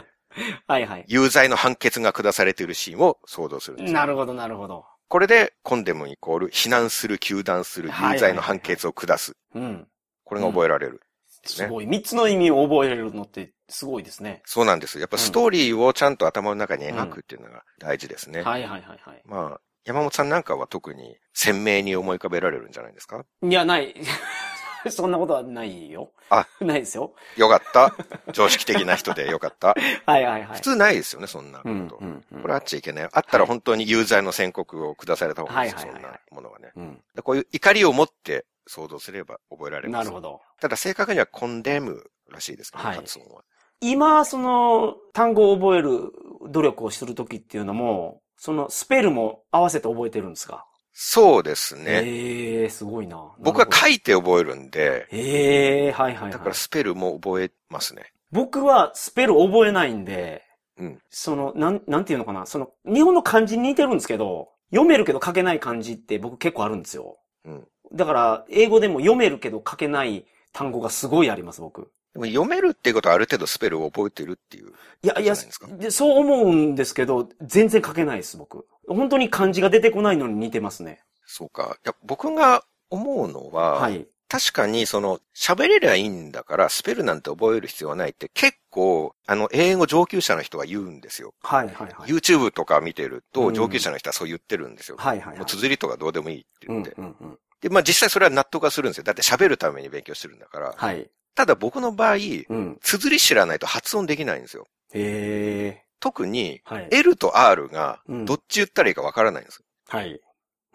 Speaker 2: はいはい。
Speaker 1: 有罪の判決が下されているシーンを想像するんですよ
Speaker 2: なるほどなるほど。
Speaker 1: これで、コンデムイコール、非難する、糾弾する、有罪の判決を下す。
Speaker 2: うん。
Speaker 1: これが覚えられる。
Speaker 2: すごい。三つの意味を覚えれるのってすごいですね。
Speaker 1: そうなんです。やっぱストーリーをちゃんと頭の中に描くっていうのが大事ですね。
Speaker 2: はいはいはいはい。
Speaker 1: まあ、山本さんなんかは特に鮮明に思い浮かべられるんじゃないですか
Speaker 2: いや、ない。 そんなことはないよ。
Speaker 1: あ、
Speaker 2: ないですよ。
Speaker 1: よか った。常識的な人でよかった。
Speaker 2: はいはいはい。
Speaker 1: 普通ないですよね、そんなこと。
Speaker 2: うんうんうん
Speaker 1: これあっちゃいけない。あったら本当に有罪の宣告を下された方がいいです、
Speaker 2: はいはいはいはい
Speaker 1: そんなものはね。
Speaker 2: うん。
Speaker 1: でこういう怒りを持って想像すれば覚えられま
Speaker 2: な
Speaker 1: す。
Speaker 2: るほど。
Speaker 1: ただ正確にはコンデムらしいですけど、
Speaker 2: はい
Speaker 1: 発音は。
Speaker 2: 今、その、単語を覚える努力をするときっていうのも、その、スペルも合わせて覚えてるんですか
Speaker 1: そうですね。
Speaker 2: ええー、すごいな。
Speaker 1: 僕は書
Speaker 2: い。
Speaker 1: いて覚えるんで、
Speaker 2: ええー、はいはい、
Speaker 1: だ
Speaker 2: は
Speaker 1: か
Speaker 2: い
Speaker 1: ら。スペルも覚えますね。
Speaker 2: 僕はスペル覚えないんで、
Speaker 1: うん
Speaker 2: その、なん、なんていうのかな。その、日本の漢字に似てるんですけど、読めるけど書けない漢字って僕結構あるんですよ。
Speaker 1: うん。
Speaker 2: だから、英語でも読めるけど書けない単語がすごいあります、僕。
Speaker 1: でも読めるっていうことはある程度スペルを覚えてるっていう。
Speaker 2: いや、いや
Speaker 1: そうなんですか、
Speaker 2: でそう思うんですけど、全然書けないです、僕。本当に漢字が出てこないのに似てますね。
Speaker 1: そうか。いや僕が思うのは、
Speaker 2: はい。
Speaker 1: 確かにその喋れりゃいいんだからスペルなんて覚える必要はないって結構、あの、英語上級者の人は言うんですよ。
Speaker 2: はい、はい、はい。
Speaker 1: YouTube とか見てる
Speaker 2: う
Speaker 1: と
Speaker 2: ん
Speaker 1: 上級者の人はそう言ってるんですよ。
Speaker 2: はい、はい、
Speaker 1: も
Speaker 2: は
Speaker 1: う
Speaker 2: い。
Speaker 1: 綴りとかどうでもいいって
Speaker 2: う
Speaker 1: 言
Speaker 2: ん、
Speaker 1: っ
Speaker 2: う
Speaker 1: て。
Speaker 2: ん、うん。
Speaker 1: で、まあ実際それは納得はするんですよ。だって喋るために勉強してるんだから。
Speaker 2: はい。
Speaker 1: ただ僕の場合、
Speaker 2: うん。
Speaker 1: 綴り知らないと発音できないんですよ。
Speaker 2: え
Speaker 1: 特に、
Speaker 2: ー。はい。
Speaker 1: L と R が
Speaker 2: うん
Speaker 1: どっち言ったらいいかわからないんですよ。
Speaker 2: はい。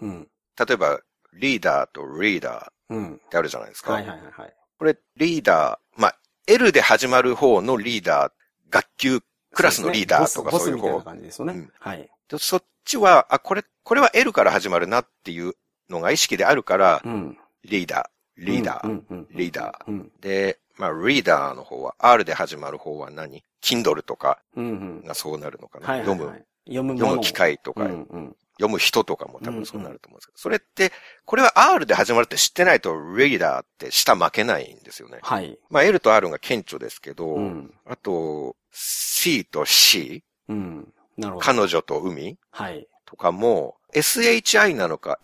Speaker 2: うん。
Speaker 1: 例えば、リーダーとリーダー
Speaker 2: うん。
Speaker 1: ってあるじゃないですか。
Speaker 2: はい、はい、はい、はい。
Speaker 1: これ、リーダー、まあ、L で始まる方のリーダー、学級クラスのリーダーとか
Speaker 2: ボ
Speaker 1: そ
Speaker 2: ス
Speaker 1: ういう
Speaker 2: ボスみたい
Speaker 1: 方
Speaker 2: な。感じですよね。
Speaker 1: うん
Speaker 2: はい。
Speaker 1: でそっちは、あ、これ、これは L から始まるなっていうのが意識であるから、
Speaker 2: うん。
Speaker 1: リーダー、リーダー。
Speaker 2: うんうんうん
Speaker 1: リーダ
Speaker 2: うん。
Speaker 1: で、まあ、リーダーの方は、R で始まる方は何 ?Kindle とか
Speaker 2: うんうん。
Speaker 1: がそうなるのかな、
Speaker 2: はいはいはい。
Speaker 1: 読む、
Speaker 2: 読むもの。
Speaker 1: 読む機会と
Speaker 2: う
Speaker 1: か、
Speaker 2: んうん。
Speaker 1: 読む人とかも多分そうなると思うんですけど、それって、これは R で始まるって知ってないと、リーダーって下負けないんですよね。
Speaker 2: はい。
Speaker 1: まあ、L と R が顕著ですけど、
Speaker 2: うん。
Speaker 1: あと、C と C、
Speaker 2: うん。なるほど。
Speaker 1: 彼女と海
Speaker 2: はい。
Speaker 1: とかも、SHI なのか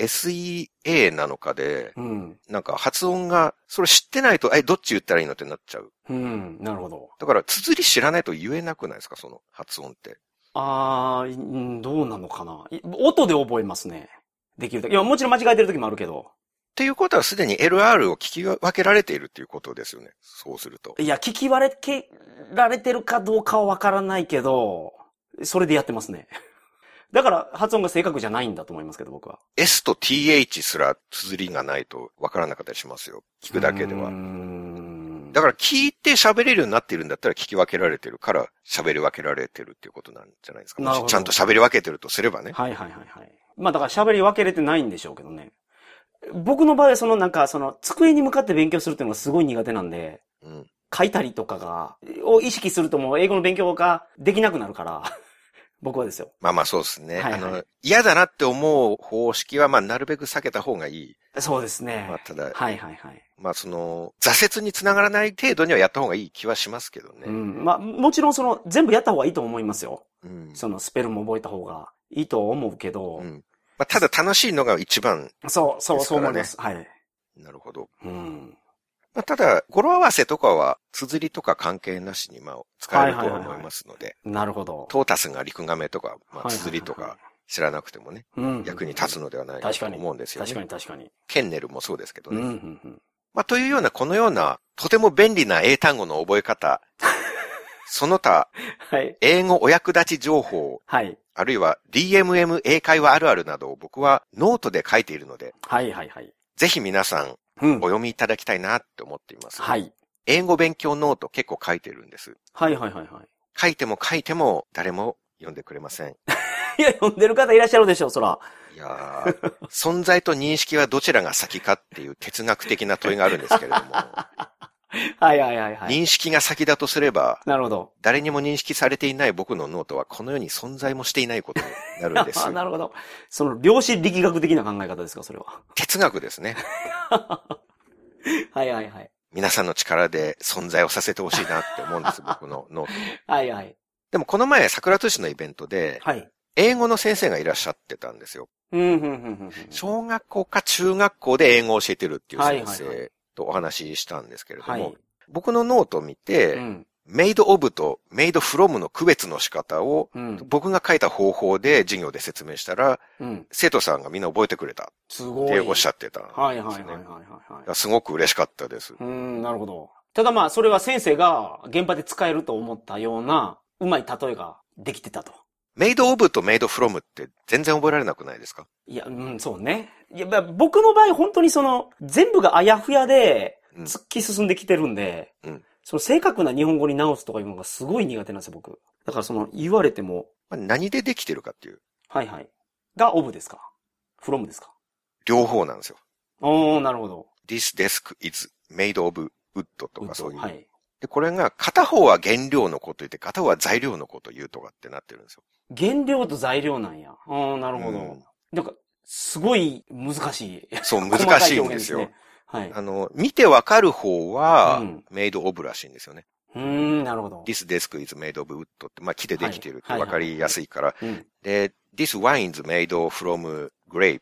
Speaker 1: SEA なのかで、
Speaker 2: うん。
Speaker 1: なんか発音が、それ知ってないと、え、どっち言ったらいいのってなっちゃう。
Speaker 2: うん。なるほど。
Speaker 1: だから、綴り知らないと言えなくないですか、その発音って。
Speaker 2: あー、うんどうなのかな。い音で覚えますね。できるだけ。いや、もちろん間違えてる時もあるけど。
Speaker 1: っていうことはすでに LR を聞き分けられているっていうことですよね。そうすると。
Speaker 2: いや、聞き割れけられてるかどうかはわからないけど、それでやってますね。だから、発音が正確じゃないんだと思いますけど、僕は。
Speaker 1: S と TH すら綴りがないとわからなかったりしますよ。聞くだけで
Speaker 2: うー
Speaker 1: は。
Speaker 2: ん
Speaker 1: だから聞いて喋れるようになってるんだったら聞き分けられてるから喋り分けられてるっていうことなんじゃないですか。
Speaker 2: なるほど
Speaker 1: ちゃんと喋り分けてるとすればね。
Speaker 2: はいはいはいはい。まあだから喋り分けれてないんでしょうけどね。僕の場合はそのなんかその机に向かって勉強するっていうのがすごい苦手なんで、
Speaker 1: うん。
Speaker 2: 書いたりとかが、を意識するともう英語の勉強ができなくなるから、 僕はですよ。
Speaker 1: まあまあそうですね。
Speaker 2: はいはい
Speaker 1: あの、嫌だなって思う方式はまあなるべく避けた方がいい。
Speaker 2: そうですね。
Speaker 1: まあただ、
Speaker 2: はいはいはい。
Speaker 1: まあその、挫折につながらない程度にはやった方がいい気はしますけど
Speaker 2: う
Speaker 1: ね。
Speaker 2: ん。まあもちろんその全部やった方がいいと思いますよ。
Speaker 1: うん。
Speaker 2: そのスペルも覚えた方がいいと思うけど
Speaker 1: う、ん。まあただ楽しいのが一番、
Speaker 2: そうそう
Speaker 1: です
Speaker 2: そう
Speaker 1: からね
Speaker 2: 思います。はい。
Speaker 1: なるほど。
Speaker 2: うん。
Speaker 1: まあただ、語呂合わせとかは、綴りとか関係なしにまあ使えるとは思いますので、
Speaker 2: なるほど。
Speaker 1: トータスがリクガメとか、まあ
Speaker 2: はいはいはい
Speaker 1: 綴りとか知らなくてもね。
Speaker 2: うん
Speaker 1: 役に立つのではないか
Speaker 2: 確
Speaker 1: と
Speaker 2: かに
Speaker 1: 思うんですよ、ね。
Speaker 2: 確かに確かに。
Speaker 1: ケンネルもそうですけど
Speaker 2: うん
Speaker 1: ね。
Speaker 2: うんうん。
Speaker 1: まあ、というような、このような、とても便利な英単語の覚え 方、その他、
Speaker 2: はい。
Speaker 1: 英語お役立ち情報、
Speaker 2: はい。
Speaker 1: あるいは DMM 英会話あるあるなどを僕はノートで書いているので、
Speaker 2: はいはいはい。
Speaker 1: ぜひ皆さん
Speaker 2: うん
Speaker 1: お。読みいただきたいなって思っています。
Speaker 2: はい。
Speaker 1: 英語勉強ノート結構書いてるんです。
Speaker 2: はいはいはいは
Speaker 1: 書いても書いても誰も読んでくれません。
Speaker 2: い。い や、読んでる方いらっしゃるでしょう、そら。
Speaker 1: いや ー 存在と認識はどちらが先かっていう哲学的な問いがあるんですけれども、
Speaker 2: はいはいはいはい。
Speaker 1: 認識が先だとすれば、
Speaker 2: なるほど。。
Speaker 1: 誰にも認識されていない僕のノートはこの世に存在もしていないことになるんです
Speaker 2: なるほど。その、量子力学的な考え方ですか、それは。
Speaker 1: 哲学ですね。
Speaker 2: はいはいはい。
Speaker 1: 皆さんの力で存在をさせてほしいなって思うんです、僕のノート。
Speaker 2: はいはい。
Speaker 1: でもこの前、桜通市のイベントで、
Speaker 2: はい。
Speaker 1: 英語の先生がいらっしゃってたんですよ。
Speaker 2: うん、うん、うんうん。
Speaker 1: 小学校か中学校で英語を教えてるっていう先
Speaker 2: はいはいは
Speaker 1: 生とお話ししたんですけれども、
Speaker 2: はい。
Speaker 1: 僕のノートを見
Speaker 2: う
Speaker 1: て、
Speaker 2: ん。
Speaker 1: メイドオブとメイドフロムの区別の仕方を
Speaker 2: うん。
Speaker 1: 僕が書いた方法で授業で説明したら、
Speaker 2: うん。
Speaker 1: 生徒さんがみんな覚えてくれた
Speaker 2: すご
Speaker 1: っ
Speaker 2: い。
Speaker 1: ておっしゃってたんですね。
Speaker 2: はいはいはいはい
Speaker 1: だか
Speaker 2: はいは
Speaker 1: らすごく嬉しかったです。
Speaker 2: い。うん、なるほど。ただまあ、それは先生が現場で使えると思ったような、うまい例えができてたと。
Speaker 1: メイドオブとメイドフロムって全然覚えられなくないですか
Speaker 2: いや、うん、そうね。いや、まあ僕の場合、本当にその、全部があやふやで、
Speaker 1: うん
Speaker 2: 突き進んできてるんで、
Speaker 1: うん
Speaker 2: その正確な日本語に直すとかいうのがすごい苦手なんですよ、僕。だからその、言われても、
Speaker 1: まあ何でできてるかっていう、
Speaker 2: はいはい。が、オブですかフロムですか
Speaker 1: 両方なんですよ。
Speaker 2: おー、なるほど。
Speaker 1: This desk is made of wood と
Speaker 2: ウッド
Speaker 1: かそういう。
Speaker 2: はい。
Speaker 1: で、これが片方は原料のこと言って、片方は材料のこと言うとかってなってるんですよ。
Speaker 2: 原料と材料なんや。あー、なるほど。
Speaker 1: うん
Speaker 2: なんか、すごい難しい。
Speaker 1: そう、
Speaker 2: 細
Speaker 1: 難
Speaker 2: か
Speaker 1: しいん
Speaker 2: 表
Speaker 1: で
Speaker 2: 現
Speaker 1: すよ。
Speaker 2: ね。はい。う
Speaker 1: あの、見てわかる方は
Speaker 2: うん、
Speaker 1: メイドオブらしいんですよね。
Speaker 2: ーん、なるほど。
Speaker 1: This desk is made of wood って、まあ木でできてるって
Speaker 2: はい
Speaker 1: わかりやすいから。
Speaker 2: うん。
Speaker 1: で、This wine is made from grape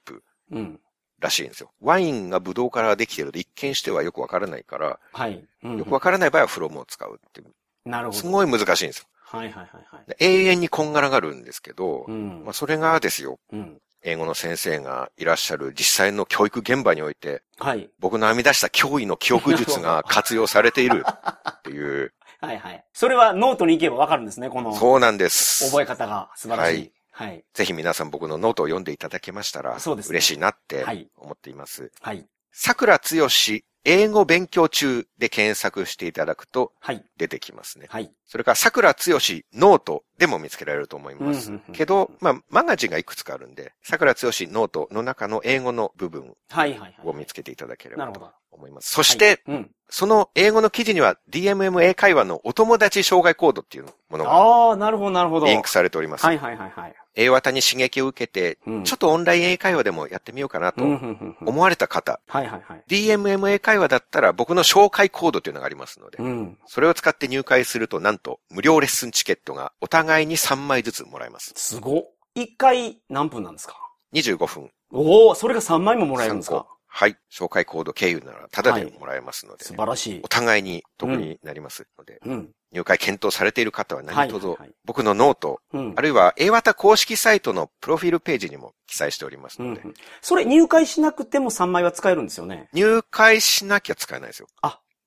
Speaker 2: うん。
Speaker 1: らしいんですよ。ワインがブドウからできてると一見してはよくわからないから、
Speaker 2: はい。うん
Speaker 1: よくわからない場合は from を使うっていう。
Speaker 2: なるほ
Speaker 1: す
Speaker 2: ど。
Speaker 1: ごい難しいんですよ。
Speaker 2: はいはいはいはい。
Speaker 1: で永遠にこんがらがるんですけど
Speaker 2: う、ん
Speaker 1: まあ。それがですよ、
Speaker 2: うん。
Speaker 1: 英語の先生がいらっしゃる実際の教育現場において、
Speaker 2: はい。
Speaker 1: 僕の編み出した脅威の記憶術が活用されているっていう、
Speaker 2: はいはい。それはノートに行けばわかるんですね、この覚
Speaker 1: そうなんです。
Speaker 2: え方が素晴らしい。はい。
Speaker 1: ぜひ皆さん僕のノートを読んでいただけましたら、
Speaker 2: そうですね
Speaker 1: 嬉しいなって
Speaker 2: はい
Speaker 1: 思っています。
Speaker 2: はい。
Speaker 1: 桜つよし、英語勉強中で検索していただくと
Speaker 2: はい。
Speaker 1: 出てきますね。
Speaker 2: はい。
Speaker 1: それから桜つよし、ノートでも見つけられると思います。
Speaker 2: うんうんうん
Speaker 1: けど、まあ、マガジンがいくつかあるんで、桜つよし、ノートの中の英語の部分
Speaker 2: はいはいは
Speaker 1: を見つけていただけれ
Speaker 2: い。な
Speaker 1: ば
Speaker 2: るほ
Speaker 1: と
Speaker 2: ど。
Speaker 1: 思います。そして、
Speaker 2: はい、うん。
Speaker 1: その英語の記事には DMM 英会話のお友達障害コードっていうものが
Speaker 2: ああ、なるほど、なるほど。
Speaker 1: リンクされております
Speaker 2: は。いはいはいはい。
Speaker 1: 英和に刺激を受けて、
Speaker 2: うん
Speaker 1: ちょっとオンライン英会話でもやってみようかなと
Speaker 2: うん、うん、うんうん。
Speaker 1: 思われた方、
Speaker 2: はいはいはい。
Speaker 1: DMM 英会話だったら僕の紹介コードというのがありますので
Speaker 2: う、ん。
Speaker 1: それを使って入会するとなんと無料レッスンチケットがお互いに3枚ずつもらえます。
Speaker 2: すごっ。一回何分なんですか
Speaker 1: 25分。
Speaker 2: おお、それが3枚ももらえるんです
Speaker 1: 参
Speaker 2: か
Speaker 1: 考はい。紹介コード経由ならタダでもらえますので、
Speaker 2: 素晴らしい
Speaker 1: お。互いに得になりますので、
Speaker 2: うん。
Speaker 1: 入会検討されている方は何卒
Speaker 2: はいはいはい
Speaker 1: 僕のノート、
Speaker 2: うん
Speaker 1: あ。るいは A 型公式サイトのプロフィールページにも記載しております
Speaker 2: う
Speaker 1: の
Speaker 2: ん
Speaker 1: で、
Speaker 2: うんそれ入会しなくても3枚は使えるんですよね。
Speaker 1: 入会しなきゃ使えないですよ。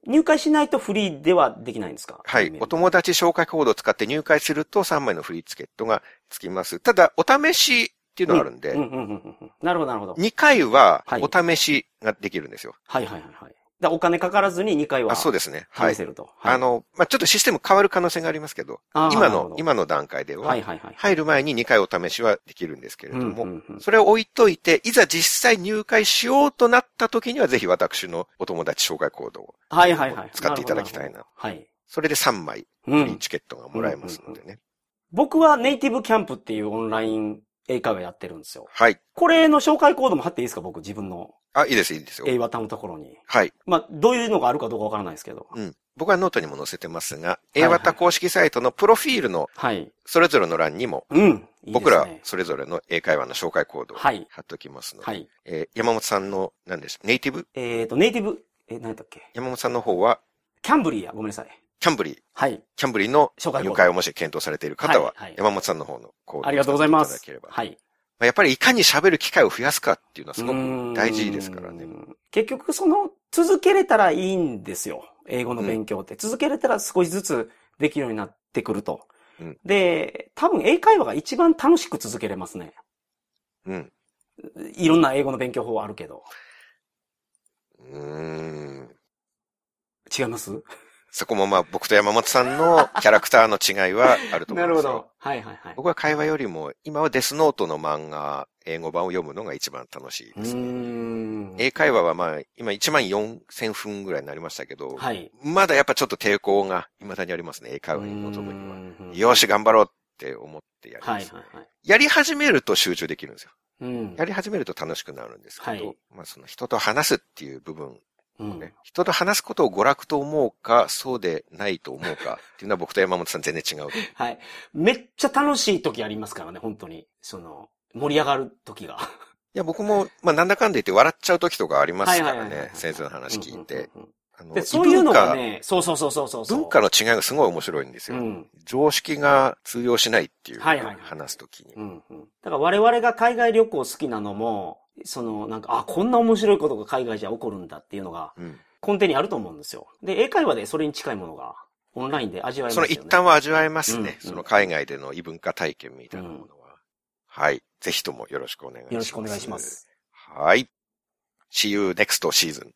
Speaker 2: 入会しないとフリーではできないんですか
Speaker 1: はい。お友達紹介コードを使って入会すると3枚のフリーチケットがつきます。ただ、お試しっていうのがあるん
Speaker 2: うん
Speaker 1: で、
Speaker 2: うんうんうんうん。なるほど、なるほど。
Speaker 1: 2回は
Speaker 2: はい
Speaker 1: お試しができるんですよ。
Speaker 2: はいはいはいはい。だからお金かからずに2回は
Speaker 1: あ、そうですね。はい
Speaker 2: 試。せると。はい
Speaker 1: あ、の、まあ、ちょっとシステム変わる可能性がありますけど、
Speaker 2: あー
Speaker 1: 今
Speaker 2: なるほ
Speaker 1: の
Speaker 2: ど、
Speaker 1: 今の段階で
Speaker 2: はい
Speaker 1: は、
Speaker 2: はいはい。
Speaker 1: 入る前に2回お試しはできるんですけれど
Speaker 2: う
Speaker 1: も、
Speaker 2: んうんうん
Speaker 1: それを置いといて、いざ実際入会しようとなった時には、ぜひ私のお友達紹介コードを
Speaker 2: はいはいはい。
Speaker 1: 使っていただきたいな。
Speaker 2: はい。
Speaker 1: それで3枚フ
Speaker 2: う
Speaker 1: リー
Speaker 2: ん。
Speaker 1: チケットがもらえますのでね。
Speaker 2: 僕はネイティブキャンプっていうオンライン英会話やってるんですよ。
Speaker 1: はい。
Speaker 2: これの紹介コードも貼っていいですか僕自分の
Speaker 1: あ、いいです、いいですよ。
Speaker 2: 英和タのところに。
Speaker 1: はい。
Speaker 2: まあ、どういうのがあるかどうかわからないですけど。
Speaker 1: うん。僕はノートにも載せてますが、
Speaker 2: い
Speaker 1: A
Speaker 2: はい
Speaker 1: 型公式サイトのプロフィールの
Speaker 2: はい。
Speaker 1: それぞれの欄にも、
Speaker 2: うん。いいですね
Speaker 1: 僕らそれぞれの英会話の紹介コードを貼
Speaker 2: はい。
Speaker 1: っておきますので、
Speaker 2: はい。
Speaker 1: えー山本さんの、何でしたネイティブ
Speaker 2: えっと、ネイティブ、え、何だっけ
Speaker 1: 山本さんの方は、
Speaker 2: キャンブリーや。ごめんなさい。
Speaker 1: キャンブリー、
Speaker 2: はい。
Speaker 1: キャンブリーの
Speaker 2: 紹介コ
Speaker 1: 入
Speaker 2: ード。
Speaker 1: 会をもし検討されている方は
Speaker 2: はいはい、
Speaker 1: 山本さんの方のコードを
Speaker 2: ありがとうございま
Speaker 1: 使っ
Speaker 2: す
Speaker 1: ていただければ。。
Speaker 2: はい。
Speaker 1: まあやっぱりいかに喋る機会を増やすかっていうのはすご
Speaker 2: う
Speaker 1: く
Speaker 2: ーん
Speaker 1: 大事ですからね。。
Speaker 2: 結局その続けれたらいいんですよ。英語の勉強って。続けれたら少しずつできるようになってくると。
Speaker 1: うん
Speaker 2: で、多分英会話が一番楽しく続けれますね。
Speaker 1: うん。
Speaker 2: いろんな英語の勉強法あるけど。
Speaker 1: うーん。
Speaker 2: 違います
Speaker 1: そこもまあ僕と山本さんのキャラクターの違いはあると思
Speaker 2: な
Speaker 1: うんで
Speaker 2: るほ
Speaker 1: すよ。
Speaker 2: ど。はいはいはい。
Speaker 1: 僕は会話よりも、今はデスノートの漫画、英語版を読むのが一番楽しいうです。
Speaker 2: ーん。うん
Speaker 1: 英会話はまあ、今1万4000分ぐらいになりましたけど、
Speaker 2: はい。
Speaker 1: まだやっぱちょっと抵抗が未だにありますね、英会話に臨むには。
Speaker 2: は
Speaker 1: よし、頑張ろうって思ってやり
Speaker 2: は
Speaker 1: ま
Speaker 2: い、はい、
Speaker 1: す。
Speaker 2: はい。
Speaker 1: やり始めると集中できるんですよ。
Speaker 2: うん
Speaker 1: や。り始めると楽しくなるんですけど、
Speaker 2: はい
Speaker 1: まあその人と話すっていう部分
Speaker 2: うん
Speaker 1: ね、人と話すことを娯楽と思うか、そうでないと思うかっていうのは僕と山本さん全然 違う。
Speaker 2: はい。めっちゃ楽しい時ありますからね、本当に。その、盛り上がる時が。
Speaker 1: いや、僕も、まあ、なんだかんで言って笑っちゃう時とかありますか
Speaker 2: は
Speaker 1: ら
Speaker 2: いはいはい
Speaker 1: ね
Speaker 2: は、い
Speaker 1: 先生の話聞いて。
Speaker 2: うんうんうん
Speaker 1: あ
Speaker 2: うん。
Speaker 1: の
Speaker 2: で、そういうのが
Speaker 1: 異
Speaker 2: ね、そうそうそうそうそう。
Speaker 1: 文化、文化の違いがすごい面白いんです
Speaker 2: う
Speaker 1: よ。
Speaker 2: ん。
Speaker 1: 常識が通用しないっていう、
Speaker 2: はいはいはい
Speaker 1: 話すときに。
Speaker 2: うんうん。だから我々が海外旅行好きなのも、その、なんか、あ、こんな面白いことが海外じゃ起こるんだっていうのが
Speaker 1: うん
Speaker 2: 根底にあると思うんですよ。で、英会話でそれに近いものがオンラインで味わえます
Speaker 1: その
Speaker 2: よね。
Speaker 1: 一旦は味わえますね。
Speaker 2: うん
Speaker 1: その海外での異文化体験みたいなものは。はい。ぜひともよろしくお願いします。
Speaker 2: よろしくお願いします。
Speaker 1: はい。See you next season.